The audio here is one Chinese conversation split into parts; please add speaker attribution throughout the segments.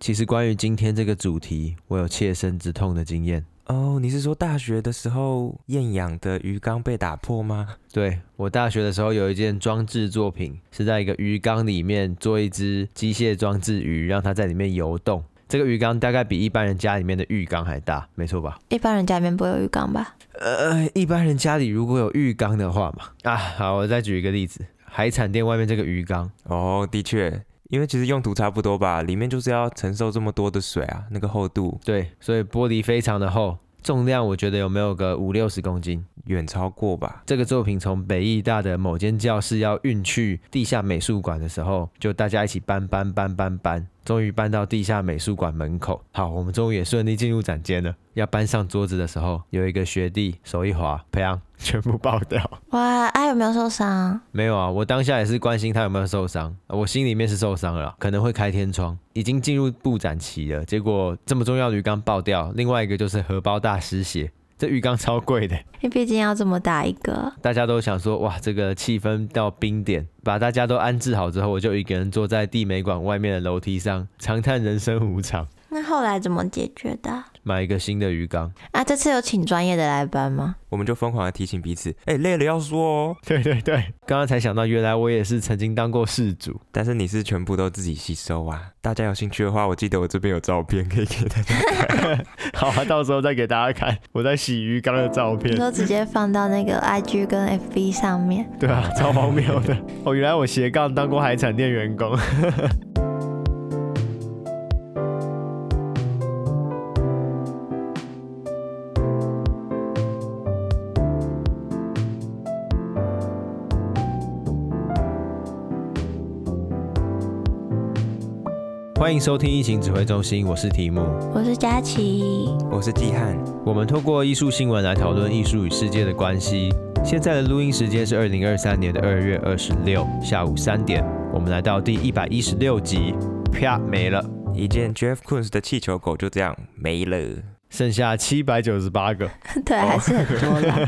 Speaker 1: 其实关于今天这个主题，我有切身之痛的经验。
Speaker 2: 哦，你是说大学的时候厌氧的鱼缸被打破吗？
Speaker 1: 对我大学的时候有一件装置作品，是在一个鱼缸里面做一只机械装置鱼，让它在里面游动。这个鱼缸大概比一般人家里面的浴缸还大，没错吧？
Speaker 3: 一般人家里面不会有浴缸吧？
Speaker 1: 呃，一般人家里如果有浴缸的话嘛，啊，好，我再举一个例子，海产店外面这个鱼缸，
Speaker 2: 哦，的确，因为其实用途差不多吧，里面就是要承受这么多的水啊，那个厚度
Speaker 1: 对，所以玻璃非常的厚，重量我觉得有没有个五六十公斤。
Speaker 2: 远超过吧。
Speaker 1: 这个作品从北艺大的某间教室要运去地下美术馆的时候，就大家一起搬搬搬搬搬，终于搬到地下美术馆门口。好，我们终于也顺利进入展间了。要搬上桌子的时候，有一个学弟手一滑，培养全部爆掉。
Speaker 3: 哇，啊有没有受伤？
Speaker 1: 没有啊，我当下也是关心他有没有受伤，啊我心里面是受伤了啦，可能会开天窗，已经进入布展期了，结果这么重要的鱼缸爆掉，另外一个就是荷包大失血，这鱼缸超贵的。
Speaker 3: 因为毕竟要这么大一个，
Speaker 1: 大家都想说，哇，这个气氛到冰点，把大家都安置好之后，我就一个人坐在地美馆外面的楼梯上，长叹人生无常，
Speaker 3: 那后来怎么解决的啊？
Speaker 1: 买一个新的鱼缸。
Speaker 3: 啊，这次有请专业的来搬吗？
Speaker 2: 我们就疯狂的提醒彼此，哎、累了要说哦。
Speaker 1: 对对对，刚刚才想到，原来我也是曾经当过事 主。
Speaker 2: 但是你是全部都自己吸收啊。大家有兴趣的话，我记得我这边有照片可以给大家。
Speaker 1: 好啊，到时候再给大家看我在洗鱼缸的照
Speaker 3: 你
Speaker 1: 片。
Speaker 3: 说直接放到那个 IG 跟 FB 上面。
Speaker 1: 对啊，超荒谬 的。哦，原来我斜杠当过海产店员工。欢迎收听疫情指挥中心，我是提姆。
Speaker 3: 我是佳琪，
Speaker 2: 我是季汉，
Speaker 1: 我们透过艺术新闻来讨论艺术与世界的关系。现在的录音时间是二零二三年的二月二十六下午三点，我们来到第一百一十六集，啪没了，
Speaker 2: 一件 Jeff Koons 的气球狗就这样没了。
Speaker 1: 剩下七百九十八个。
Speaker 3: 对，还是很多啦。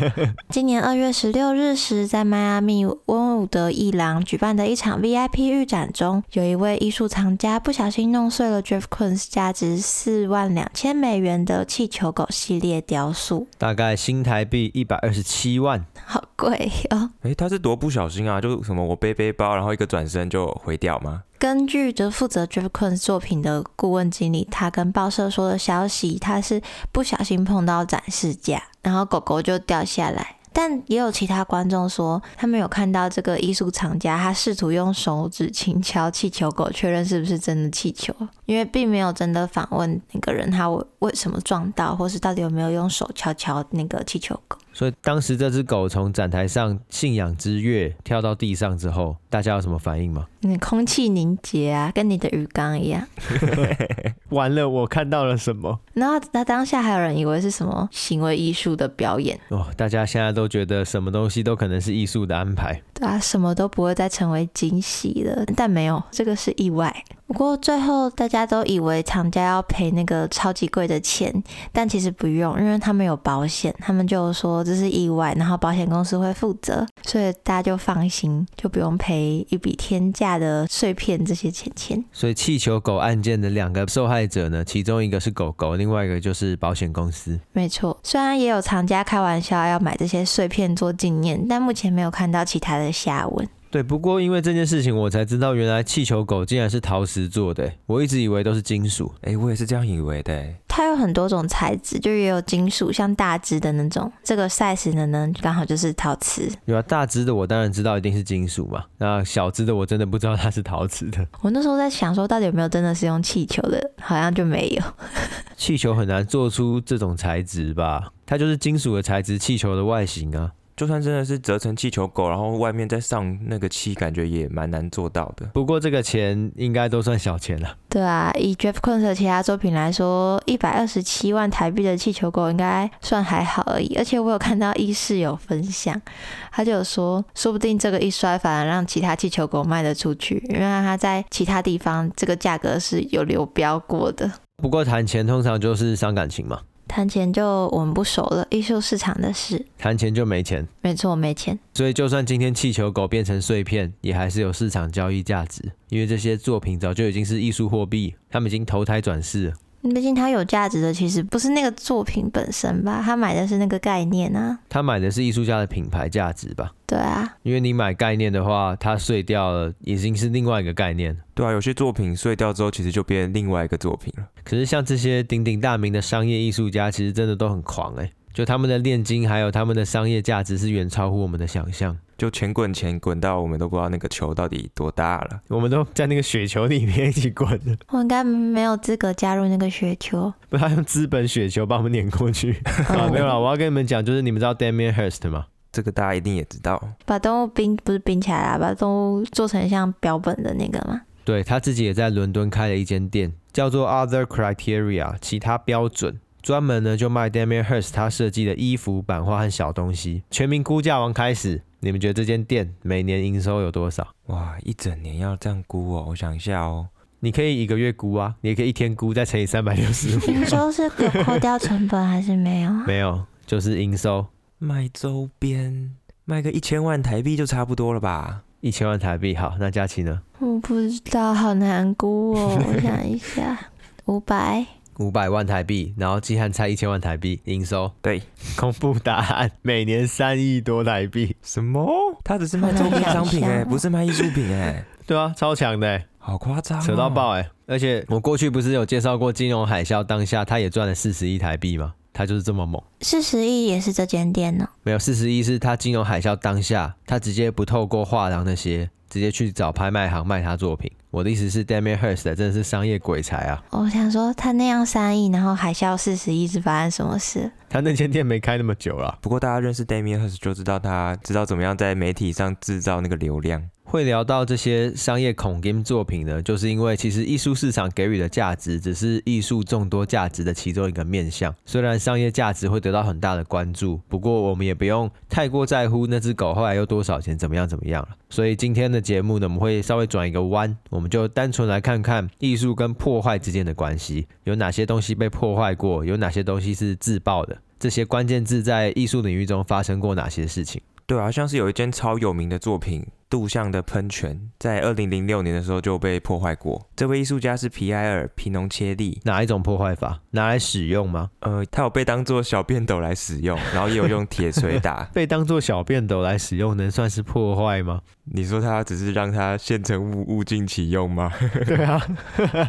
Speaker 3: 今年二月十六日时，在迈阿密温伍德一郎举办的一场 VIP 预展中，有一位艺术藏家不小心弄碎了 Jeff Koons 价值四万两千美元的气球狗系列雕塑，
Speaker 1: 大概新台币一百二十七万，
Speaker 3: 好贵哦。
Speaker 2: 哎、他是多不小心啊！就什么我背背包，然后一个转身就毁掉吗？
Speaker 3: 根据则负责 Jeff Koons 作品的顾问经理，他跟报社说的消息，他是不小心碰到展示架，然后狗狗就掉下来。但也有其他观众说，他们有看到这个艺术藏家，他试图用手指轻敲气球狗，确认是不是真的气球，因为并没有真的访问那个人他为为什么撞到，或是到底有没有用手敲敲那个气球狗。
Speaker 1: 所以当时这只狗从展台上信仰之跃跳到地上之后，大家有什么反应吗？
Speaker 3: 嗯，空气凝结啊，跟你的鱼缸一样。
Speaker 1: 完了，我看到了什么？
Speaker 3: 然后他当下还有人以为是什么行为艺术的表演，
Speaker 1: 哦，大家现在都觉得什么东西都可能是艺术的安排。
Speaker 3: 对啊，什么都不会再成为惊喜了。但没有，这个是意外。不过最后大家都以为厂家要赔那个超级贵的钱，但其实不用，因为他们有保险，他们就说这是意外，然后保险公司会负责，所以大家就放心，就不用赔一笔天价的碎片这些钱钱。
Speaker 1: 所以气球狗案件的两个受害者呢，其中一个是狗狗，另外一个就是保险公司。
Speaker 3: 没错，虽然也有厂家开玩笑要买这些碎片做纪念，但目前没有看到其他的下文。
Speaker 1: 对，不过因为这件事情，我才知道原来气球狗竟然是陶瓷做的，我一直以为都是金属。
Speaker 2: 哎、我也是这样以为的、欸诶
Speaker 3: 它有很多种材质，就也有金属，像大只的那种，这个 size 的呢，刚好就是陶瓷。
Speaker 1: 有啊，大只的我当然知道一定是金属嘛，那小只的我真的不知道它是陶瓷的。
Speaker 3: 我那时候在想说，到底有没有真的是用气球的？好像就没有。
Speaker 1: 气球很难做出这种材质吧？它就是金属的材质，气球的外形啊。
Speaker 2: 就算真的是折成气球狗，然后外面再上那个漆，感觉也蛮难做到的。
Speaker 1: 不过这个钱应该都算小钱了。
Speaker 3: 对啊，以 Jeff Koons 的其他作品来说，一百二十七万台币的气球狗应该算还好而已。而且我有看到医师有分享，他就有说，说不定这个一摔反而让其他气球狗卖得出去，因为它在其他地方这个价格是有流标过的。
Speaker 1: 不过谈钱通常就是伤感情嘛。
Speaker 3: 谈钱就我们不熟了，艺术市场的事，
Speaker 1: 谈钱就没钱。
Speaker 3: 没错，没钱。
Speaker 1: 所以，就算今天气球狗变成碎片，也还是有市场交易价值，因为这些作品早就已经是艺术货币，他们已经投胎转世了。
Speaker 3: 毕竟它有价值的其实不是那个作品本身吧，他买的是那个概念啊。
Speaker 1: 他买的是艺术家的品牌价值吧？
Speaker 3: 对啊，
Speaker 1: 因为你买概念的话，它碎掉了，已经是另外一个概念了。
Speaker 2: 对啊，有些作品碎掉之后，其实就变另外一个作品了。
Speaker 1: 可是像这些鼎鼎大名的商业艺术家，其实真的都很狂诶、就他们的炼金还有他们的商业价值是远超乎我们的想象。
Speaker 2: 就钱滚钱滚到我们都不知道那个球到底多大了。
Speaker 1: 我们都在那个雪球里面一起滚的，
Speaker 3: 我应该没有资格加入那个雪球。
Speaker 1: 不他用资本雪球把我们碾过 去 啊！没有啦，我要跟你们讲，就是你们知道 Damien Hirst 吗？
Speaker 2: 这个大家一定也知道，
Speaker 3: 把动物冰不是冰起来啦，把动物做成像标本的那个 嘛。
Speaker 1: 对他自己也在伦敦开了一间店，叫做 Other Criteria 其他标准，专门呢就卖 Damien Hirst 他设计的衣服、版画和小东西。全民估价王开始，你们觉得这间店每年营收有多少？
Speaker 2: 哇，一整年要这样估哦。我想一下哦，
Speaker 1: 你可以一个月估啊，你也可以一天估，再乘以三百六十五。
Speaker 3: 营收是有扣掉成本还是没有啊？
Speaker 1: 没有，就是营收
Speaker 2: 卖周边卖个一千万台币就差不多了吧？
Speaker 1: 一千万台币。好，那佳琪呢？
Speaker 3: 我不知道，好难 估哦。我想一下，五百
Speaker 1: 五百万台币，然后季汉猜一千万台币营收，
Speaker 2: 对，
Speaker 1: 公布答案，每年三亿多台币。
Speaker 2: 什么？他只是卖周边商 品哎、不是卖艺术品哎、
Speaker 1: 对啊，超强的欸、
Speaker 2: 好夸张、哦
Speaker 1: 扯到！爆哎、而且我过去不是有介绍过金融海啸当下，他也赚了四十亿台币吗？他就是这么猛。
Speaker 3: 四十亿也是这间店哦呢、
Speaker 1: 没有四十亿是他金融海啸当下，他直接不透过画廊那些，直接去找拍卖行卖他作品。我的意思是，Damien Hirst 真的是商业鬼才啊！
Speaker 3: 我想说，他那样三亿，然后海啸四十亿是发生什么事？
Speaker 1: 他那间店没开那么久啦。
Speaker 2: 不过大家认识 Damien Hirst 就知道他知道怎么样在媒体上制造那个流量。
Speaker 1: 会聊到这些商业恐 game 作品呢，就是因为其实艺术市场给予的价值只是艺术众多价值的其中一个面向。虽然商业价值会得到很大的关注，不过我们也不用太过在乎那只狗后来又多少钱，怎么样怎么样了。所以今天的节目呢，我们会稍微转一个弯，我们就单纯来看看艺术跟破坏之间的关系，有哪些东西被破坏过，有哪些东西是自爆的，这些关键字在艺术领域中发生过哪些事情。
Speaker 2: 对啊，像是有一间超有名的作品《杜象的喷泉》，在二零零六年的时候就被破坏过。这位艺术家是皮埃尔·皮农切利，
Speaker 1: 哪一种破坏法？拿来使用吗？。
Speaker 2: 呃，他有被当做小便斗来使用，然后也有用铁锤打
Speaker 1: 被当做小便斗来使用，能算是破坏吗？
Speaker 2: 你说他只是让他现成物物尽其用吗？
Speaker 1: 对 啊，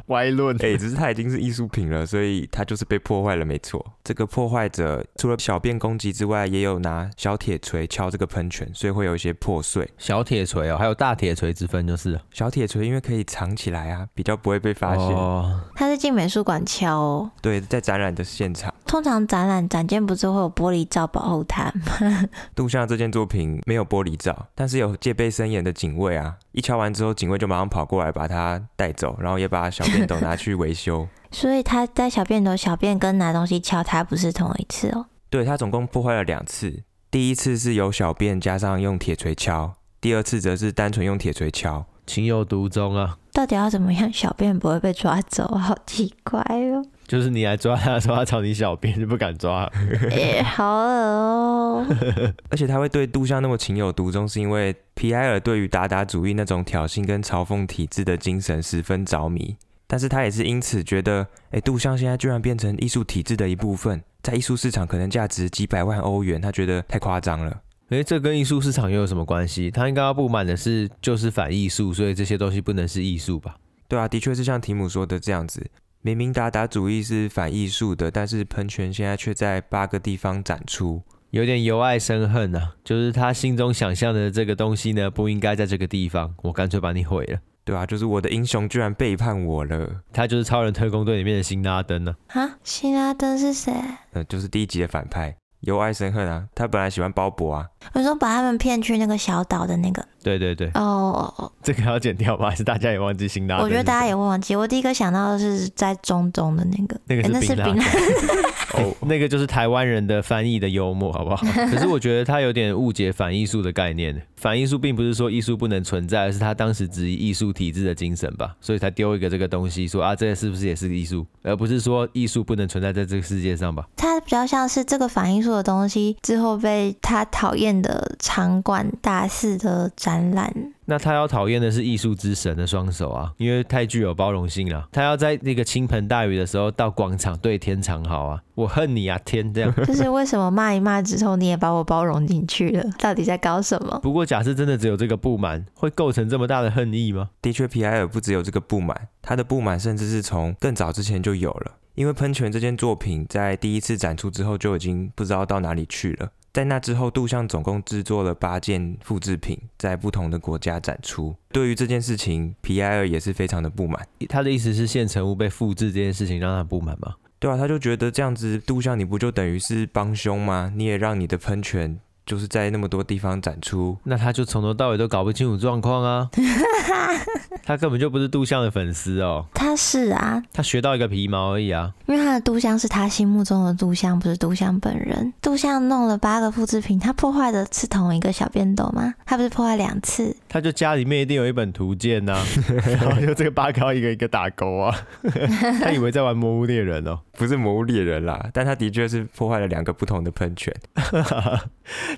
Speaker 1: 歪论
Speaker 2: 哎、只是它已经是艺术品了，所以它就是被破坏了，没错。这个破坏者除了小便攻击之外，也有拿小铁锤敲这个喷泉，所以会有一些破碎。
Speaker 1: 小铁锤哦，还有大铁锤之分就是了
Speaker 2: 小铁锤因为可以藏起来啊，比较不会被发现。
Speaker 1: 哦，
Speaker 3: 他是进美术馆敲哦。
Speaker 2: 对，在展览的现场，
Speaker 3: 通常展览展件不是会有玻璃罩保护它吗？
Speaker 2: 杜象这件作品没有玻璃罩，但是有戒备森严的警卫啊。一敲完之后，警卫就马上跑过来把它带走，然后也把小便斗拿去维修。
Speaker 3: 所以他在小便斗小便跟拿东西敲它不是同一次哦。
Speaker 2: 对，它总共破坏了两次。第一次是有小便加上用铁锤敲，第二次则是单纯用铁锤敲。
Speaker 1: 情有独钟啊，
Speaker 3: 到底要怎么样小便不会被抓走？好奇怪哦！
Speaker 1: 就是你来抓他的时候，他朝你小便就不敢抓。
Speaker 3: 哎、好恶哦。
Speaker 2: 而且他会对杜象那么情有独钟，是因为皮埃尔对于达达主义那种挑衅跟嘲讽体制的精神十分着迷。但是他也是因此觉得，哎，杜象现在居然变成艺术体制的一部分，在艺术市场可能价值几百万欧元，他觉得太夸张了。
Speaker 1: 诶，这跟艺术市场又有什么关系？他应该要不满的是就是反艺术，所以这些东西不能是艺术吧？
Speaker 2: 对啊，的确是像提姆说的这样子，明明达达主义是反艺术的，但是喷泉现在却在八个地方展出。
Speaker 1: 有点由爱生恨啊，就是他心中想象的这个东西呢，不应该在这个地方，我干脆把你毁了。
Speaker 2: 对啊，就是我的英雄居然背叛我了，
Speaker 1: 他就是超人特工队里面的辛拉登呢、
Speaker 3: 啊，希拉登是谁？
Speaker 2: 呃，就是第一集的反派由爱生恨啊，他本来喜欢鲍勃啊，
Speaker 3: 我说把他们骗去那个小岛的那个
Speaker 1: 对对对，
Speaker 3: 哦哦，哦
Speaker 1: 这个要剪掉吧？还是大家也忘记辛拉登
Speaker 3: 我
Speaker 1: 是谁？
Speaker 3: 觉得大家也会忘记。我第一个想到的是在中东的那个，
Speaker 1: 那个
Speaker 3: 诶
Speaker 1: 是
Speaker 3: 那是
Speaker 1: 槟榔
Speaker 3: 榔，
Speaker 1: 哦，那个就是台湾人的翻译的幽默，好不 好？可是我觉得他有点误解反艺术的概念。反艺术并不是说艺术不能存在，而是他当时质疑艺术体制的精神吧，所以才丢一个这个东西说啊，这个是不是也是艺术，而不是说艺术不能存在在这个世界上吧？
Speaker 3: 他比较像是这个反映出的东西之后被他讨厌的场馆大肆的展览。
Speaker 1: 那他要讨厌的是艺术之神的双手啊，因为太具有包容性了。他要在那个倾盆大雨的时候到广场对天长嚎啊，我恨你啊天这样。
Speaker 3: 就是为什么骂一骂之后你也把我包容进去了，到底在搞什么？
Speaker 1: 不过假设真的只有这个不满，会构成这么大的恨意吗？
Speaker 2: 的确，皮埃尔不只有这个不满，他的不满甚至是从更早之前就有了。因为《喷泉》这件作品在第一次展出之后就已经不知道到哪里去了。在那之后，杜象总共制作了八件复制品，在不同的国家展出。对于这件事情，皮埃尔也是非常的不满。
Speaker 1: 他的意思是现成物被复制这件事情让他不满吗？
Speaker 2: 对啊，他就觉得这样子，杜象你不就等于是帮凶吗？你也让你的喷泉就是在那么多地方展出，
Speaker 1: 那他就从头到尾都搞不清楚状况啊！他根本就不是杜象的粉丝哦，
Speaker 3: 他是啊，
Speaker 1: 他学到一个皮毛而已啊！
Speaker 3: 因为他的杜香是他心目中的杜香，不是杜香本人。杜香弄了八个复制品，他破坏的是同一个小便斗吗？他不是破坏两次？
Speaker 1: 他就家里面一定有一本图鉴呐、然后就这个八个要一个一个打勾啊，他以为在玩魔物猎人哦，
Speaker 2: 不是魔物猎人啦，但他的确是破坏了两个不同的喷泉。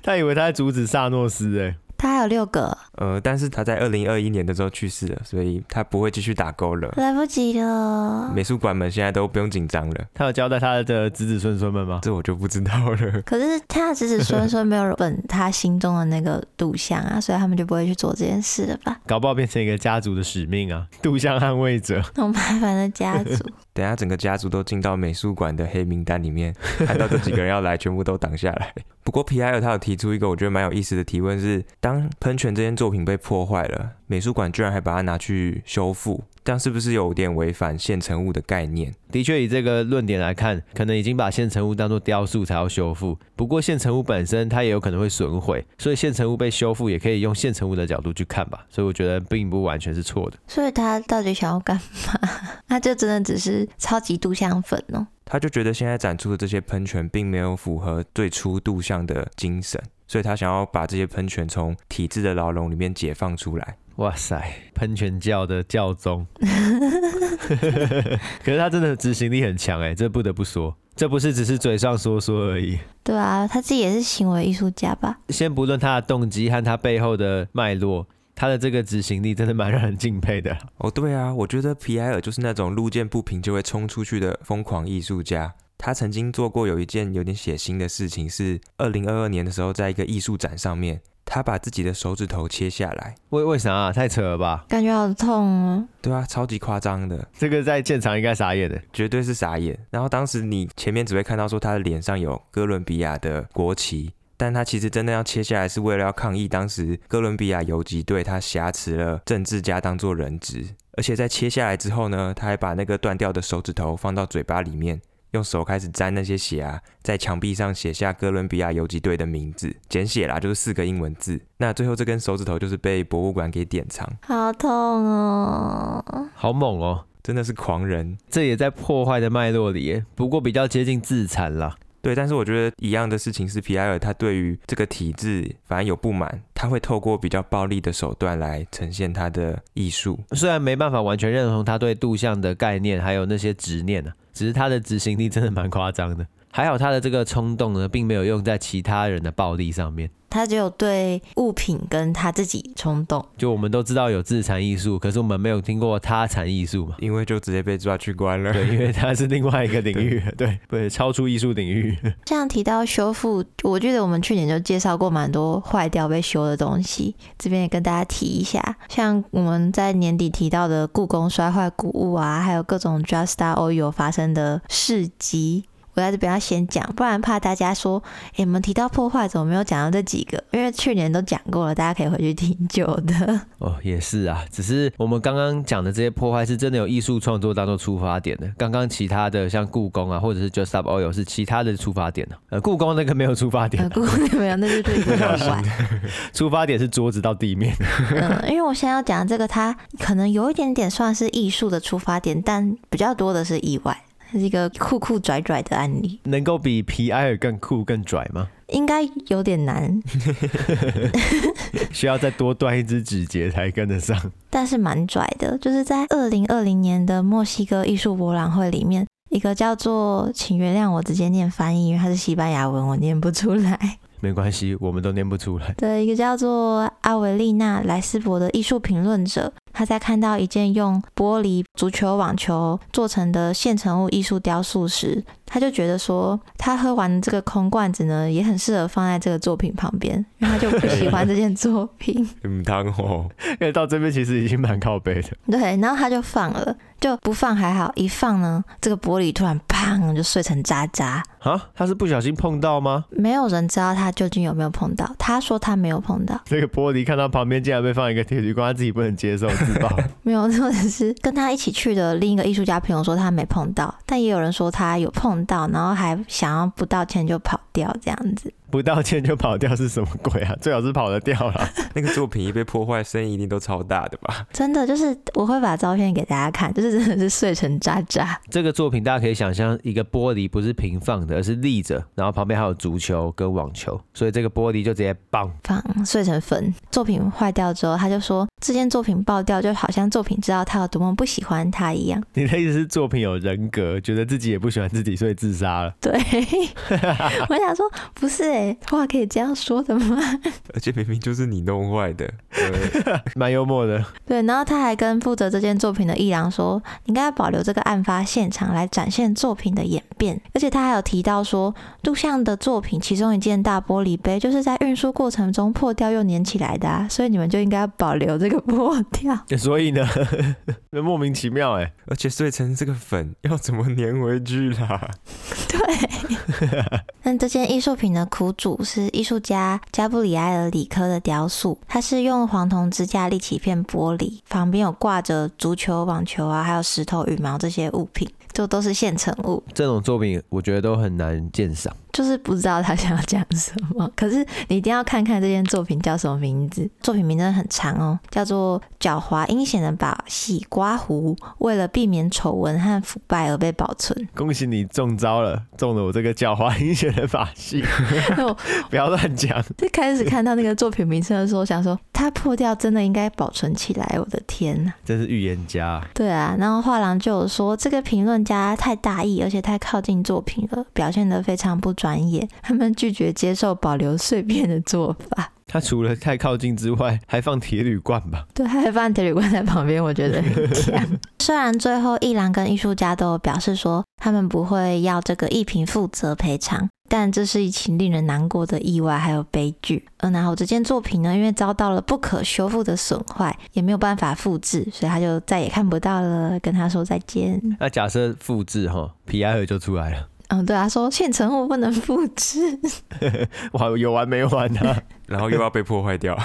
Speaker 1: 他以为他在阻止萨诺斯哎，
Speaker 3: 他还有六个，
Speaker 2: 呃，但是他在二零二一年的时候去世了，所以他不会继续打勾了。
Speaker 3: 来不及了。
Speaker 2: 美术馆们现在都不用紧张了，
Speaker 1: 他有交代他的子子孙孙们吗？
Speaker 2: 这我就不知道了。
Speaker 3: 可是他的子子孙孙没有本他心中的那个杜香啊，所以他们就不会去做这件事了吧？
Speaker 1: 搞不好变成一个家族的使命啊，杜象捍卫者。
Speaker 3: 那么麻烦的家族，
Speaker 2: 等一下整个家族都进到美术馆的黑名单里面，看到这几个人要来，全部都挡下来。不过皮埃尔他有提出一个我觉得蛮有意思的提问是：当喷泉这件作品被破坏了，美术馆居然还把它拿去修复，这样是不是有点违反现成物的概念？
Speaker 1: 的确，以这个论点来看，可能已经把现成物当做雕塑才要修复。不过，现成物本身它也有可能会损毁，所以现成物被修复也可以用现成物的角度去看吧。所以我觉得并不完全是错的。
Speaker 3: 所以他到底想要干嘛？ 他就真的只是超级杜香粉哦。
Speaker 2: 他就觉得现在展出的这些喷泉并没有符合最初杜象的精神，所以他想要把这些喷泉从体制的牢笼里面解放出来。
Speaker 1: 哇塞，喷泉教的教宗，可是他真的执行力很强哎，这不得不说，这不是只是嘴上说说而已。
Speaker 3: 对啊，他自己也是行为艺术家吧？
Speaker 1: 先不论他的动机和他背后的脉络，他的这个执行力真的蛮让人敬佩的。
Speaker 2: 哦，对啊，我觉得皮埃尔就是那种路见不平就会冲出去的疯狂艺术家。他曾经做过有一件有点血腥的事情，是二零二二年的时候，在一个艺术展上面，他把自己的手指头切下来。
Speaker 1: 为为啥、啊？太扯了吧！
Speaker 3: 感觉好痛哦。
Speaker 2: 对啊，超级夸张的，
Speaker 1: 这个在现场应该傻眼的。
Speaker 2: 绝对是傻眼。然后当时你前面只会看到说他的脸上有哥伦比亚的国旗，但他其实真的要切下来是为了要抗议当时哥伦比亚游击队他挟持了政治家当做人质，而且在切下来之后呢，他还把那个断掉的手指头放到嘴巴里面。用手开始沾那些血啊，在墙壁上写下哥伦比亚游击队的名字，简写啦，就是四个英文字。那最后这根手指头就是被博物馆给典藏，
Speaker 3: 好痛哦！
Speaker 1: 好猛哦！
Speaker 2: 真的是狂人。
Speaker 1: 这也在破坏的脉络里耶，不过比较接近自残啦。
Speaker 2: 对，但是我觉得一样的事情是，皮埃尔他对于这个体制反而有不满，他会透过比较暴力的手段来呈现他的艺术。？
Speaker 1: 虽然没办法完全认同他对杜象的概念，还有那些执念呢、只是他的执行力真的蛮夸张的。还好他的这个冲动呢，并没有用在其他人的暴力上面。
Speaker 3: 他只有对物品跟他自己冲动，
Speaker 1: 就我们都知道有自残艺术，可是我们没有听过他残艺术嘛
Speaker 2: 因为就直接被抓去关了。
Speaker 1: 对，因为它是另外一个领域，对对，超出艺术领域。
Speaker 3: 像提到修复，我记得我们去年就介绍过蛮多坏掉被修的东西，这边也跟大家提一下。像我们在年底提到的故宫摔坏古物啊，还有各种 Justa Oil 发生的事迹。我在这边要先讲，不然怕大家说，诶、你们提到破坏怎么没有讲到这几个？因为去年都讲过了，大家可以回去听旧的。
Speaker 1: 哦，也是啊，只是我们刚刚讲的这些破坏是真的有艺术创作当做出发点的。刚刚其他的像故宫啊，或者是 Just Up Oil 是其他的出发点呢、呃，故宫那个没有出发点
Speaker 3: 呃，， 故宫没有，那就对不玩。
Speaker 1: 出发点是桌子到地面。
Speaker 3: 嗯，因为我现在要讲这个，它可能有一点点算是艺术的出发点，但比较多的是意外，是一个酷酷拽拽的案例，
Speaker 1: 能够比皮埃尔更酷更拽吗？
Speaker 3: 应该有点难，
Speaker 1: 需要再多端一只指节才跟得上。
Speaker 3: 但是蛮拽的。就是在二零二零年的墨西哥艺术博览会里面，一个叫做《请原谅我》，直接念翻译，因为它是西班牙文，我念不出来。
Speaker 1: 没关系，我们都念不出来。
Speaker 3: 的一个叫做阿维丽娜·莱斯伯的艺术评论者，他在看到一件用玻璃足球网球做成的现成物艺术雕塑时，他就觉得说，他喝完的这个空罐子呢，也很适合放在这个作品旁边，因为他就不喜欢这件作品。
Speaker 2: 嗯， 汤哦，
Speaker 1: 因为到这边其实已经蛮靠背的，
Speaker 3: 对，然后他就放了，就不放还好，一放呢，这个玻璃突然砰就碎成渣渣，
Speaker 1: 啊，他是不小心碰到吗？
Speaker 3: 没有人知道他究竟有没有碰到。他说他没有碰到，
Speaker 1: 这个玻璃看到旁边竟然被放一个铁铝罐，他自己不能接受，自爆。
Speaker 3: 没有，或者是跟他一起去的另一个艺术家朋友说他没碰到，但也有人说他有碰到，然后还想要不道歉就跑掉这样子。
Speaker 1: 不道歉就跑掉是什么鬼啊？最好是跑得掉啦。
Speaker 2: 那个作品一被破坏，生意一定都超大的吧？
Speaker 3: 真的就是我会把照片给大家看， 就是真的是碎成渣渣。
Speaker 1: 这个作品大家可以想象，一个玻璃不是平放的，而是立着，然后旁边还有足球跟网球，所以这个玻璃就直接棒。
Speaker 3: 放嗯碎成粉，作品坏掉之后，他就说这件作品爆掉，就好像作品知道他有多么不喜欢他一样。
Speaker 1: 你的意思是作品有人格，觉得自己也不喜欢自己，所以自杀 了？
Speaker 3: 对， 我想说不是哎、话可以这样说的吗？
Speaker 2: 而且明明就是你弄坏的，呃
Speaker 1: 蛮幽默的。
Speaker 3: 对，然后他还跟负责这件作品的艺郎说，你应该保留这个案发现场来展现作品的演变。而且他还有提到说，录像的作品其中一件大玻璃杯就是在运输过程中破掉又粘起来的啊，所以你们就应该保留这个破掉。
Speaker 1: 所以呢， 那莫名其妙哎、
Speaker 2: 而且碎成这个粉要怎么粘回去啦？
Speaker 3: 对，那这件艺术品的苦主是艺术家加布里埃尔·里科的雕塑，它是用黄铜支架立起一片玻璃，旁边有挂着足球、网球啊，还有石头、羽毛这些物品，就都是现成物，
Speaker 1: 这种作品我觉得都很难鉴赏。
Speaker 3: 就是不知道他想要讲什么。可是你一定要看看这件作品叫什么名字，作品名真的很长哦，叫做《狡猾阴险的把洗刮壶为了避免丑闻和腐败而被保存》。
Speaker 1: 恭喜你中招了，中了我这个狡猾阴险的把戏， 不要乱讲。
Speaker 3: 最开始看到那个作品名称的时候，想说它破掉真的应该保存起来，我的天呐！
Speaker 1: 真是预言家，
Speaker 3: 对啊，然后画廊就有说这个评论家太大意，而且太靠近作品了，表现得非常不专业。他们拒绝接受保留碎片的做法。
Speaker 1: 他除了太靠近之外，还放铁铝罐吧？
Speaker 3: 对，还放铁铝罐在旁边，我觉得 很强。虽然最后艺廊跟艺术家都有表示说他们不会要这个艺品负责赔偿，但这是一起令人难过的意外还有悲剧。嗯，然后这件作品呢，因为遭到了不可修复的损坏，也没有办法复制，所以他就再也看不到了，跟他说再见。
Speaker 1: 那假设复制哈，皮埃尔就出来了，
Speaker 3: 嗯，对啊，说现成物不能复制，
Speaker 1: 哇，有完没完 啊？
Speaker 2: 然后又要被破坏 掉，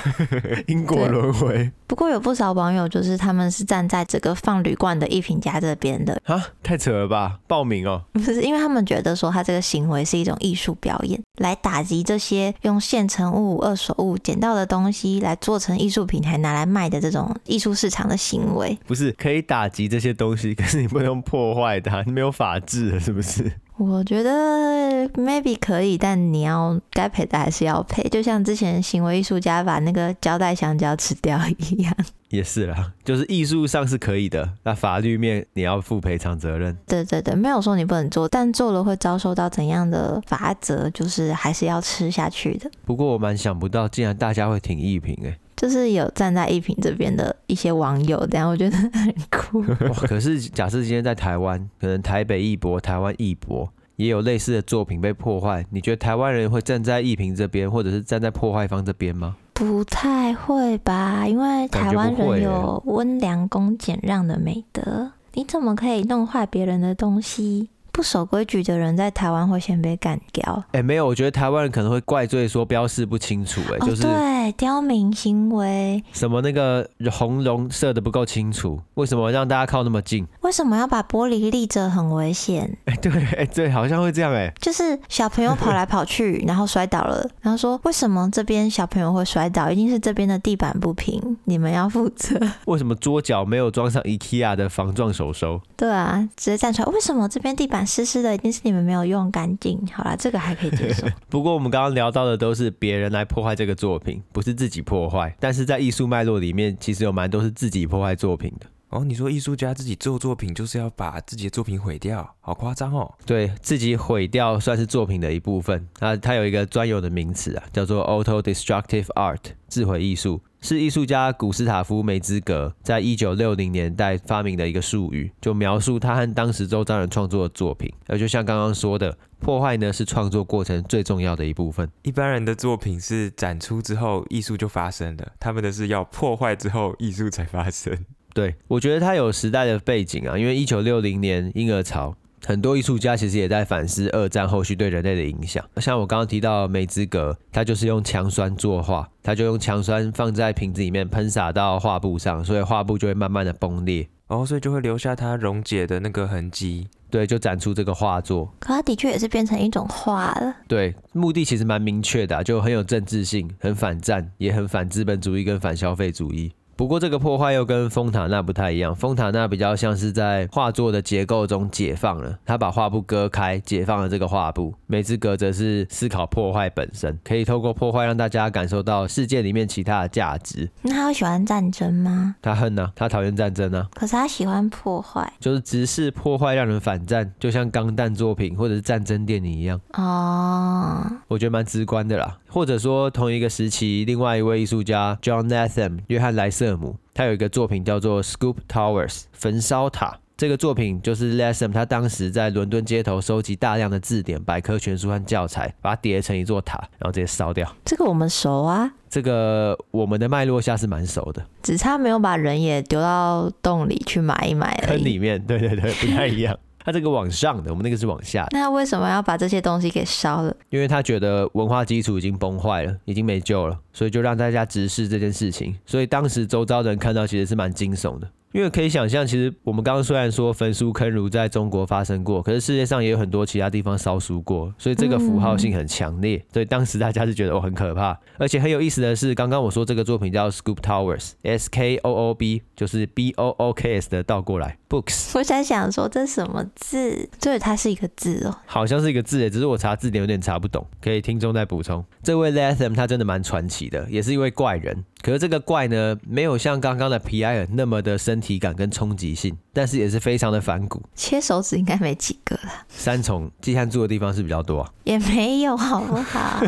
Speaker 1: 因果轮回
Speaker 3: 不过有不少网友就是他们是站在这个放铝罐的艺品家这边的，
Speaker 1: 啊，太扯了吧？报名哦，
Speaker 3: 不是因为他们觉得说他这个行为是一种艺术表演，来打击这些用现成物、二手物捡到的东西来做成艺术品还拿来卖的这种艺术市场的行为。
Speaker 1: 不是可以打击这些东西，可是你不能破坏它， 你没有法治了，是不是？
Speaker 3: 我觉得 maybe 可以，但你要该赔的还是要赔，就像之前行为艺术家把那个胶带香蕉吃掉一样。
Speaker 1: 也是啦，就是艺术上是可以的，那法律面你要负赔偿责任。
Speaker 3: 对对对，没有说你不能做，但做了会遭受到怎样的罚则，就是还是要吃下去的。
Speaker 1: 不过我蛮想不到，竟然大家会挺艺评 哎、
Speaker 3: 就是有站在一品这边的一些网友，这样我觉得很酷。
Speaker 1: 哇可是假设今天在台湾，可能台北艺博、台湾艺博也有类似的作品被破坏，你觉得台湾人会站在艺评这边，或者是站在破坏方这边吗？
Speaker 3: 不太会吧？因为台湾
Speaker 1: 感觉不会耶
Speaker 3: 人有温良恭俭让的美德，你怎么可以弄坏别人的东西？不守规矩的人在台湾会先被干掉。
Speaker 1: 哎、没有，我觉得台湾人可能会怪罪说标示不清楚、哎、就是
Speaker 3: 哦，对，刁民行为，
Speaker 1: 什么那个红龙射的不够清楚，为什么让大家靠那么近？
Speaker 3: 为什么要把玻璃立着？很危险。
Speaker 1: 哎、对，哎、对，好像会这样、哎，
Speaker 3: 就是小朋友跑来 跑去，然后摔倒了，然后说为什么这边小朋友会摔倒？一定是这边的地板不平，你们要负责。
Speaker 1: 为什么桌角没有装上 IKEA 的防撞手收？
Speaker 3: 对啊，直接站出来。为什么这边地板湿湿的？一定是你们没有用干净。好啦，这个还可以接受。
Speaker 1: 不过我们刚刚聊到的都是别人来破坏这个作品，不是自己破坏。但是在艺术脉络里面，其实有蛮多是自己破坏作品的。
Speaker 2: 哦，你说艺术家自己做作品就是要把自己的作品毁掉，好夸张哦！
Speaker 1: 对自己毁掉算是作品的一部分。那它有一个专有的名词啊，叫做 auto destructive art，自毁艺术，是艺术家古斯塔夫梅兹格在一九六零年代发明的一个术语，就描述他和当时周遭人创作的作品。呃，就像刚刚说的，破坏呢是创作过程最重要的一部分。
Speaker 2: 一般人的作品是展出之后艺术就发生了，他们的是要破坏之后艺术才发生。
Speaker 1: 对，我觉得它有时代的背景啊，因为一九六零年婴儿潮，很多艺术家其实也在反思二战后续对人类的影响。像我刚刚提到的梅兹格，他就是用强酸作画，他就用强酸放在瓶子里面喷洒到画布上，所以画布就会慢慢的崩裂，
Speaker 2: 哦，所以就会留下它溶解的那个痕 迹。
Speaker 1: 对，就展出这个画作。
Speaker 3: 可它的确也是变成一种画了。
Speaker 1: 对，目的其实蛮明确的啊、就很有政治性，很反战，也很反资本主义跟反消费主义。不过这个破坏又跟丰塔纳不太一样，丰塔纳比较像是在画作的结构中解放了，他把画布割开，解放了这个画布。梅兹格则是思考破坏本身，可以透过破坏让大家感受到世界里面其他的价值。
Speaker 3: 那他会喜欢战争吗？
Speaker 1: 他恨呐、他讨厌战争啊，
Speaker 3: 可是他喜欢破坏
Speaker 1: 就是直视破坏让人反战，就像钢弹作品或者是战争电影一样。
Speaker 3: 哦，
Speaker 1: 我觉得蛮直观的啦。或者说，同一个时期，另外一位艺术家 John Nathan 约翰莱瑟姆，他有一个作品叫做《Scoop Towers》焚烧塔。这个作品就是 Lessem 他当时在伦敦街头收集大量的字典、百科全书和教材，把它叠成一座塔，然后直接烧掉。
Speaker 3: 这个我们熟啊，
Speaker 1: 这个我们的脉络下是蛮熟的，
Speaker 3: 只差没有把人也丢到洞里去埋一埋而
Speaker 1: 坑
Speaker 3: 已。
Speaker 1: 里面，对对对，不太一样。他这个往上的，我们那个是往下的，
Speaker 3: 那为什么要把这些东西给烧了？
Speaker 1: 因为他觉得文化基础已经崩坏了，已经没救了，所以就让大家直视这件事情。所以当时周遭人看到其实是蛮惊悚的，因为可以想象，其实我们刚刚虽然说焚书坑儒在中国发生过，可是世界上也有很多其他地方烧书过，所以这个符号性很强烈。所以当时大家是觉得哦很可怕，而且很有意思的是，刚刚我说这个作品叫 Scoop Towers，S K O O B 就是 B O O K S 的倒过来，Books
Speaker 3: 我在想说这什么字？对，它是一个字哦。
Speaker 1: 好像是一个字诶，只是我查字典有点查不懂，可以听众再补充。这位 Latham 他真的蛮传奇的，也是一位怪人。可是这个怪呢，没有像刚刚的皮埃尔那么的身体感跟冲击性，但是也是非常的反骨。
Speaker 3: 切手指应该没几个啦，
Speaker 1: 三重季汉住的地方是比较多、啊，？
Speaker 3: 也没有好不好？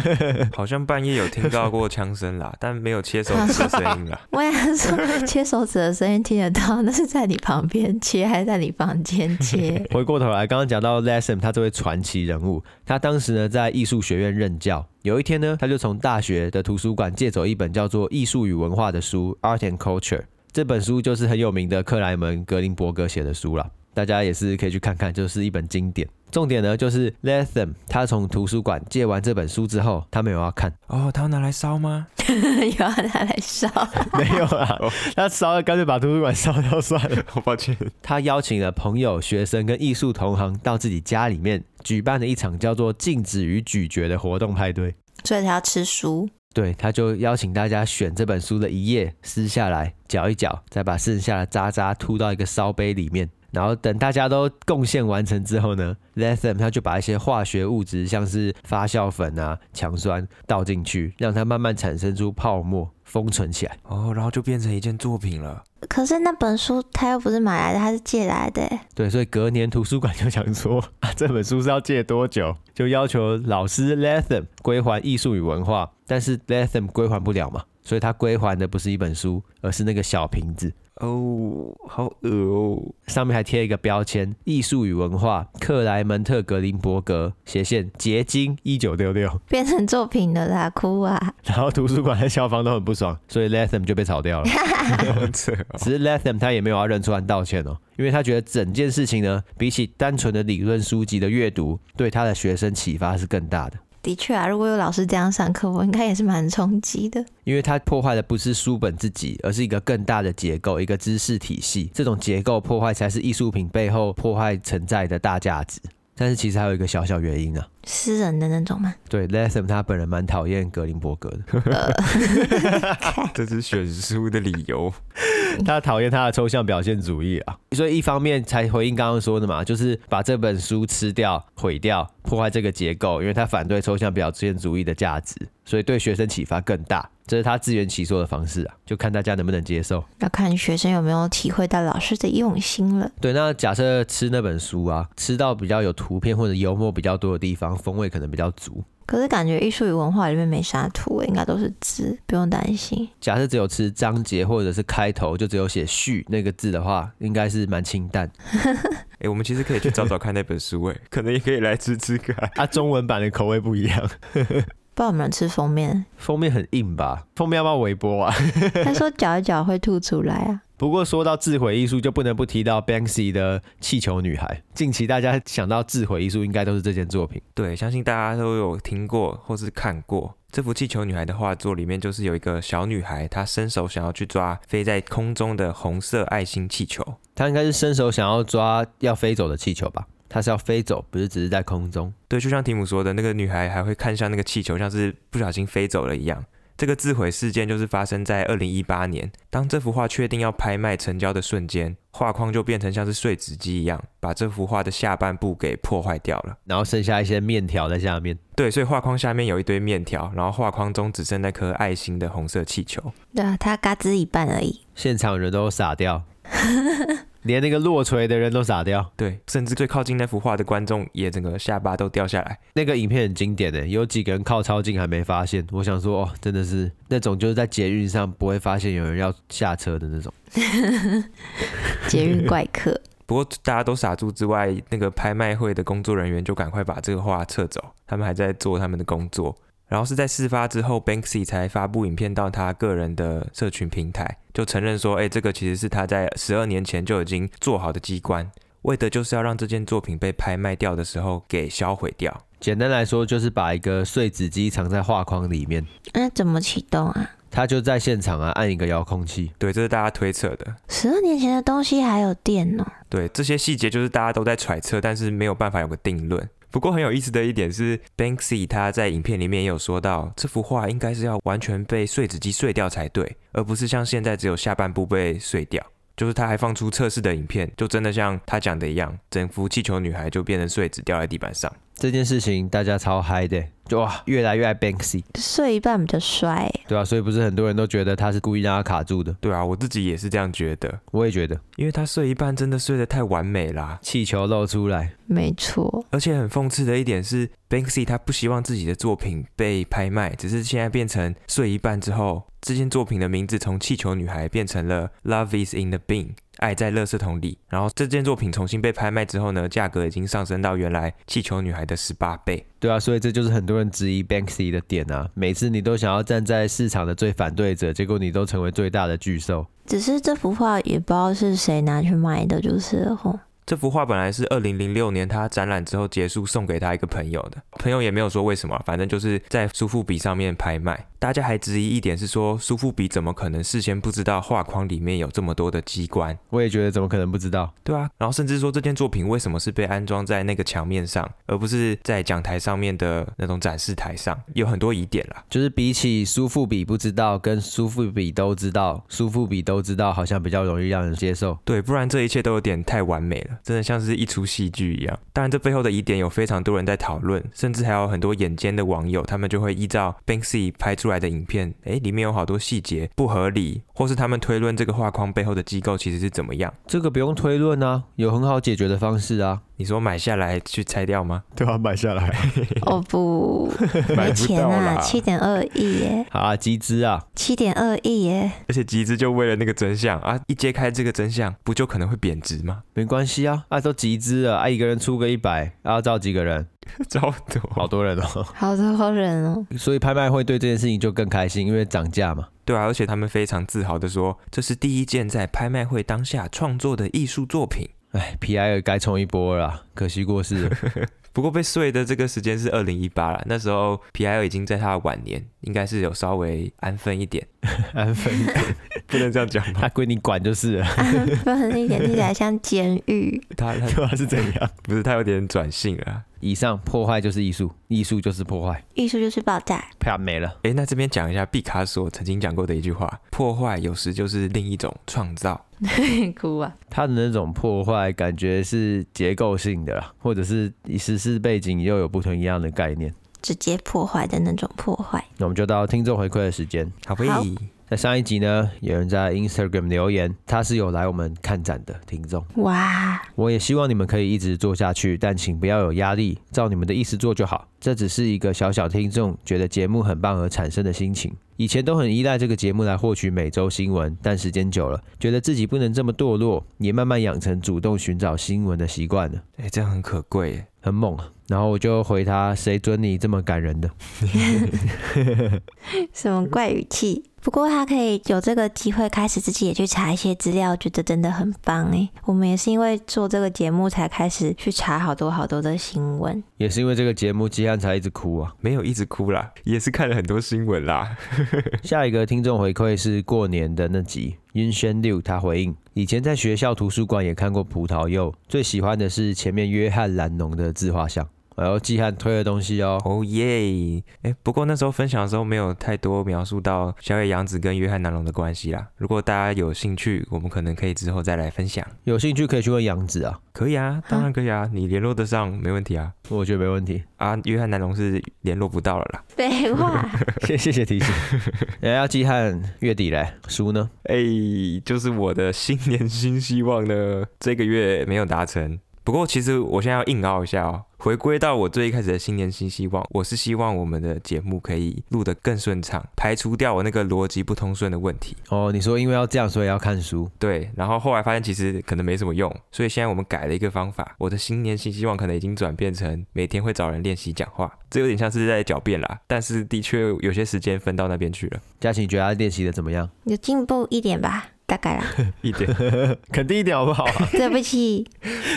Speaker 2: 好像半夜有听到过枪声啦， 但没有切手指的声音啦。
Speaker 3: 我想说，切手指的声音听得到，那是在你旁边切，还是在你房间切
Speaker 1: 回过头来，刚刚讲到 Lassam 他这位传奇人物，他当时呢在艺术学院任教。有一天呢，他就从大学的图书馆借走一本叫做《艺术与文化》的书《Art and Culture》。这本书就是很有名的克莱门格林伯格写的书啦，大家也是可以去看看，就是一本经典。重点呢就是 Latham 他从图书馆借完这本书之后，他没有要看，
Speaker 2: 哦，他要拿来烧吗？
Speaker 3: 有要拿来烧？
Speaker 1: 没有啦，他烧了干脆把图书馆烧掉算了。
Speaker 2: 好抱歉，
Speaker 1: 他邀请了朋友、学生跟艺术同行到自己家里面举办了一场叫做“禁止与咀嚼”的活动派对。
Speaker 3: 所以他要吃书。
Speaker 1: 对，他就邀请大家选这本书的一页撕下来，搅一搅，再把剩下的渣渣吐到一个烧杯里面。然后等大家都贡献完成之后呢，Latham 他就把一些化学物质，像是发酵粉啊、强酸倒进去，让它慢慢产生出泡沫，封存起来。
Speaker 2: 哦，然后就变成一件作品了。
Speaker 3: 可是那本书他又不是买来的，他是借来的 耶。
Speaker 1: 对，所以隔年图书馆就想说， 啊，这本书是要借多久？就要求老师 Latham 归还艺术与文化，但是 Latham 归还不了嘛，所以他归还的不是一本书，而是那个小瓶子，
Speaker 2: 哦，好恶 哦。
Speaker 1: 上面还贴一个标签“艺术与文化”，克莱门特格林伯格斜线结晶一九六六。
Speaker 3: 变成作品了啦，哭啊！
Speaker 1: 然后图书馆和校方都很不爽，所以 Latham 就被炒掉了。
Speaker 2: 好扯哦
Speaker 1: 只是 Latham 他也没有要认错和道歉哦，因为他觉得整件事情呢，比起单纯的理论书籍的阅读，对他的学生启发是更大的。
Speaker 3: 的确啊，如果有老师这样上课，我应该也是蛮冲击的。
Speaker 1: 因为它破坏的不是书本自己，而是一个更大的结构，一个知识体系。这种结构破坏才是艺术品背后破坏存在的大价值。但是其实还有一个小小原因呢、
Speaker 3: 私人的那种 嘛，
Speaker 1: 对 Latham 他本人蛮
Speaker 3: 呃
Speaker 1: 讨厌格林伯格的，
Speaker 2: 这是选书的理由。
Speaker 1: 他讨厌他的抽象表现主义啊，所以一方面才回应刚刚说的嘛，就是把这本书吃掉、毁掉、破坏这个结构，因为他反对抽象表现主义的价值，所以对学生启发更大，这是他自圆其说的方式啊，就看大家能不能接受。
Speaker 3: 要看学生有没有体会到老师的用心了。
Speaker 1: 对，那假设吃那本书啊，吃到比较有图片或者幽默比较多的地方，风味可能比较足。
Speaker 3: 可是感觉艺术与文化里面没啥图，应该都是字，不用担心。
Speaker 1: 假设只有吃章节或者是开头，就只有写序那个字的话，应该是蛮清淡。
Speaker 2: 哎、我们其实可以去找找看那本书、哎，可能也可以来吃吃看。
Speaker 1: 啊，中文版的口味不一样，
Speaker 3: 不知道有没有人吃封 面？
Speaker 1: 封面很硬吧？封面要不要微波啊？
Speaker 3: 他说搅一搅会吐出来啊。
Speaker 1: 不过说到自毁艺术，就不能不提到 Banksy 的《气球女孩》。近期大家想到自毁艺术，应该都是这件作品。
Speaker 2: 对，相信大家都有听过或是看过这幅气球女孩的画作，里面就是有一个小女孩，她伸手想要去抓飞在空中的红色爱心气球。
Speaker 1: 她应该是伸手想要抓要飞走的气球吧？她是要飞走，不是只是在空中。
Speaker 2: 对，就像提姆说的，那个女孩还会看向那个气球，像是不小心飞走了一样。这个自毁事件就是发生在二零一八年，当这幅画确定要拍卖成交的瞬间，画框就变成像是碎纸机一样，把这幅画的下半部给破坏掉了。
Speaker 1: 然后剩下一些面条在下面。
Speaker 2: 对，所以画框下面有一堆面条，然后画框中只剩那颗爱心的红色气球。
Speaker 3: 对啊，他嘎吱一半而 已。
Speaker 1: 现场人都傻掉， 连那个落锤的人都傻掉。
Speaker 2: 对，甚至最靠近那幅画的观众也整个下巴都掉下来。
Speaker 1: 那个影片很经典的，有几个人靠超近还没发现。我想说，哦，真的是那种就是在捷运上不会发现有人要下车的那种。
Speaker 3: 捷运怪 客，
Speaker 2: 不过大家都傻住之外，那个拍卖会的工作人员就赶快把这个画撤走，他们还在做他们的工作。然后是在事发之后，Banksy 才发布影片到他个人的社群平台，就承认说，哎、这个其实是他在十二年前就已经做好的机关，为的就是要让这件作品被拍卖掉的时候给销毁掉。
Speaker 1: 简单来说，就是把一个碎纸机藏在画框里面，
Speaker 3: 那怎么启动啊？
Speaker 1: 他就在现场啊按一个遥控器。
Speaker 2: 对，这是大家推测的。
Speaker 3: 十二年前的东西还有电哦，
Speaker 2: 对，这些细节就是大家都在揣测，但是没有办法有个定论。不过很有意思的一点是，Banksy 他在影片里面也有说到，这幅画应该是要完全被碎纸机碎掉才对，而不是像现在只有下半部被碎掉。就是他还放出测试的影片，就真的像他讲的一样，整幅气球女孩就变成碎纸掉在地板上。
Speaker 1: 这件事情大家超嗨的，就哇越来越爱 Banksy，
Speaker 3: 睡一半比较帅。
Speaker 1: 对啊，所以不是很多人都觉得他是故意让他卡住的，
Speaker 2: 对啊，我自己也是这样觉得，
Speaker 1: 我也觉得
Speaker 2: 因为他碎一半真的碎得太完美啦。
Speaker 1: 气球露出来。
Speaker 3: 没错，
Speaker 2: 而且很讽刺的一点是，Banksy 他不希望自己的作品被拍卖，只是现在变成碎一半之后，这件作品的名字从气球女孩变成了 Love is in the bin，爱在垃圾桶里。然后这件作品重新被拍卖之后呢，价格已经上升到原来气球女孩的十八倍。
Speaker 1: 对啊，所以这就是很多人质疑 Banksy 的点啊。每次你都想要站在市场的最反对者，结果你都成为最大的巨兽。
Speaker 3: 只是这幅画也不知道是谁拿去卖的，就是 了吼。
Speaker 2: 这幅画本来是二零零六年他展览之后结束送给他一个朋友的，朋友也没有说为什么，反正就是在苏富比上面拍卖。大家还质疑一点是说，苏富比怎么可能事先不知道画框里面有这么多的机关？
Speaker 1: 我也觉得怎么可能不知道？
Speaker 2: 对啊，然后甚至说这件作品为什么是被安装在那个墙面上，而不是在讲台上面的那种展示台上，有很多疑点啦。
Speaker 1: 就是比起苏富比不知道跟苏富比都知道，苏富比都知道好像比较容易让人接受。
Speaker 2: 对，不然这一切都有点太完美了，真的像是一出戏剧一样。当然，这背后的疑点有非常多人在讨论，甚至还有很多眼尖的网友，他们就会依照 Banksy 拍出来的影片，诶，里面有好多细节不合理，或是他们推论这个画框背后的机构其实是怎么样。
Speaker 1: 这个不用推论啊，有很好解决的方式啊。
Speaker 2: 你说买下来去拆掉吗？
Speaker 1: 对啊，买下来。
Speaker 3: 哦不，
Speaker 2: 买
Speaker 3: 没
Speaker 2: 不
Speaker 3: 钱
Speaker 2: 到啦，
Speaker 3: 啊，七点二亿耶，
Speaker 1: 好啊，集资啊，
Speaker 3: 七点二亿耶，
Speaker 2: 而且集资就为了那个真相啊！一揭开这个真相，不就可能会贬值吗？
Speaker 1: 没关系啊，啊都集资了，啊一个人出个一百，啊要招几个人？
Speaker 2: 超
Speaker 1: 好
Speaker 2: 多。
Speaker 1: 多人哦。
Speaker 3: 好多人哦。
Speaker 1: 所以拍卖会对这件事情就更开心，因为涨价嘛。
Speaker 2: 对啊，而且他们非常自豪的说，这是第一件在拍卖会当下创作的艺术作品。
Speaker 1: 哎，皮埃尔该冲一波了啊，可惜过世了。
Speaker 2: 不过被碎的这个时间是二零一八了，那时候皮埃尔已经在他的晚年，应该是有稍微安分一点，
Speaker 1: 安分，
Speaker 2: 不能这样讲吧？
Speaker 1: 他归你管就是
Speaker 3: 啊
Speaker 1: 了，
Speaker 3: 安分一点，听起来像监狱。
Speaker 2: 他他
Speaker 1: 对啊，是怎样？
Speaker 2: 不是他有点转性了啊。
Speaker 1: 以上破坏就是艺术，艺术就是破坏，
Speaker 3: 艺术就是爆炸，
Speaker 1: 啪没了。
Speaker 2: 诶，那这边讲一下毕卡索曾经讲过的一句话：破坏有时就是另一种创造。
Speaker 3: 哭啊！
Speaker 1: 它的那种破坏感觉是结构性的啦，或者是以时事背景又有不同一样的概念。
Speaker 3: 直接破坏的那种破坏。
Speaker 1: 那我们就到听众回馈的时间。
Speaker 2: 好不
Speaker 3: 好
Speaker 2: 易，
Speaker 1: 在上一集呢，有人在 Instagram 留言，他是有来我们看展的听众。
Speaker 3: 哇，
Speaker 1: 我也希望你们可以一直做下去，但请不要有压力，照你们的意思做就好。这只是一个小小听众觉得节目很棒而产生的心情。以前都很依赖这个节目来获取每周新闻，但时间久了，觉得自己不能这么堕落，也慢慢养成主动寻找新闻的习惯了，
Speaker 2: 诶，这样很可贵耶。
Speaker 1: 很猛啊。然后我就回他：“谁准你这么感人的？
Speaker 3: 什么怪语气？不过他可以有这个机会开始自己也去查一些资料，觉得真的很棒哎。我们也是因为做这个节目才开始去查好多好多的新闻。
Speaker 1: 也是因为这个节目，基汉才一直哭啊。”
Speaker 2: 没有一直哭啦，也是看了很多新闻啦。
Speaker 1: 下一个听众回馈是过年的那集，云轩六他回应：以前在学校图书馆也看过葡萄柚，最喜欢的是前面约翰兰农的自画像。哎呦，季汉推的东西哦，
Speaker 2: 哦耶！诶，不过那时候分享的时候没有太多描述到小野洋子跟约翰南龙的关系啦。如果大家有兴趣，我们可能可以之后再来分享。
Speaker 1: 有兴趣可以去问杨子啊，
Speaker 2: 可以啊，当然可以啊，你联络得上没问题啊。
Speaker 1: 我觉得没问 题。
Speaker 2: 啊，约翰南龙是联络不到了啦。
Speaker 3: 废话，
Speaker 1: 谢谢谢提 醒。哎呀，季汉月底嘞，书呢？
Speaker 2: 哎、就是我的新年新希望呢，这个月没有达成。不过其实我现在要硬凹一下哦，回归到我最一开始的新年新希望，我是希望我们的节目可以录得更顺畅，排除掉我那个逻辑不通顺的问题。
Speaker 1: 哦，你说因为要这样，所以要看书。
Speaker 2: 对，然后后来发现其实可能没什么用，所以现在我们改了一个方法，我的新年新希望可能已经转变成每天会找人练习讲话，这有点像是在狡辩啦，但是的确有些时间分到那边去了，
Speaker 1: 佳琪，你觉得他练习的怎么样？
Speaker 3: 有进步一点吧，大概啦。
Speaker 2: 一点
Speaker 1: 肯定一点好不好、啊？
Speaker 3: 对不起，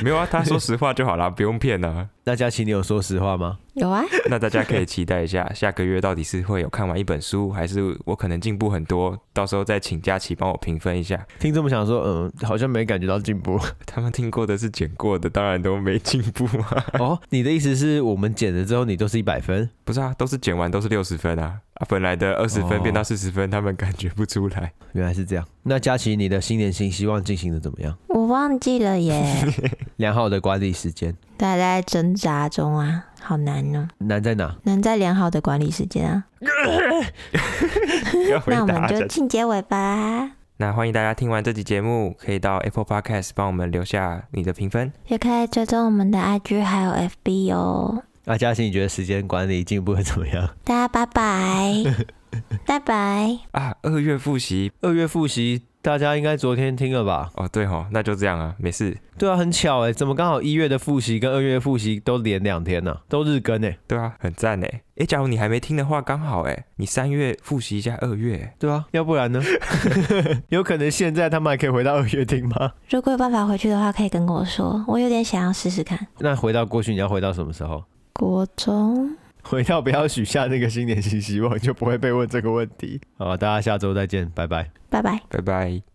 Speaker 2: 没有啊，他说实话就好啦，不用骗啊。
Speaker 1: 那佳琪，你有说实话吗？
Speaker 3: 有啊，
Speaker 2: 那大家可以期待一下，下个月到底是会有看完一本书，还是我可能进步很多？到时候再请佳琪帮我评分一下。
Speaker 1: 听众们想说，嗯，好像没感觉到进步。
Speaker 2: 他们听过的是剪过的，当然都没进步啊嘛。
Speaker 1: 哦，你的意思是我们剪了之后，你都是一百分？
Speaker 2: 不是啊，都是剪完都是六十分啊，啊，本来的二十分
Speaker 1: 哦
Speaker 2: 变到四十分，他们感觉不出来。
Speaker 1: 原来是这样。那佳琪，你的新年新希望进行的怎么样？
Speaker 3: 我忘记了耶，
Speaker 1: 良好的管理时间
Speaker 3: 大家在挣扎中啊，好难哦，
Speaker 1: 难在哪？
Speaker 3: 难在良好的管理时间啊。
Speaker 2: 要回
Speaker 3: 那我们
Speaker 2: 答
Speaker 3: 就
Speaker 2: 佳琪。
Speaker 3: 进结尾吧。
Speaker 2: 那欢迎大家听完这期节目，可以到 Apple Podcast 帮我们留下你的评分。
Speaker 3: 也可以追踪我们的 IG 还有 FB 哦。
Speaker 1: 那啊佳琪，你觉得时间管理进步的怎么样？
Speaker 3: 大家拜拜，拜拜。
Speaker 2: 啊，二月复习
Speaker 1: 二月复习，大家应该昨天听了吧？
Speaker 2: 哦，对吼，那就这样啊，没事，
Speaker 1: 对啊，很巧哎、怎么刚好一月的复习跟二月的复习都连两天呢、都日更哎、
Speaker 2: 对啊，很赞呢。诶，假如你还没听的话，刚好诶，你三月复习一下二月诶，
Speaker 1: 对啊，要不然 呢？有可能现在他们还可以回到二月听吗？
Speaker 3: 如果有办法回去的话，可以跟我说，我有点想要试试看。
Speaker 1: 那回到过去，你要回到什么时候？
Speaker 3: 国中，
Speaker 1: 回到不要许下那个新年新希望，就不会被问这个问题。好，大家下周再见，拜拜。
Speaker 3: 拜拜。
Speaker 2: 拜拜。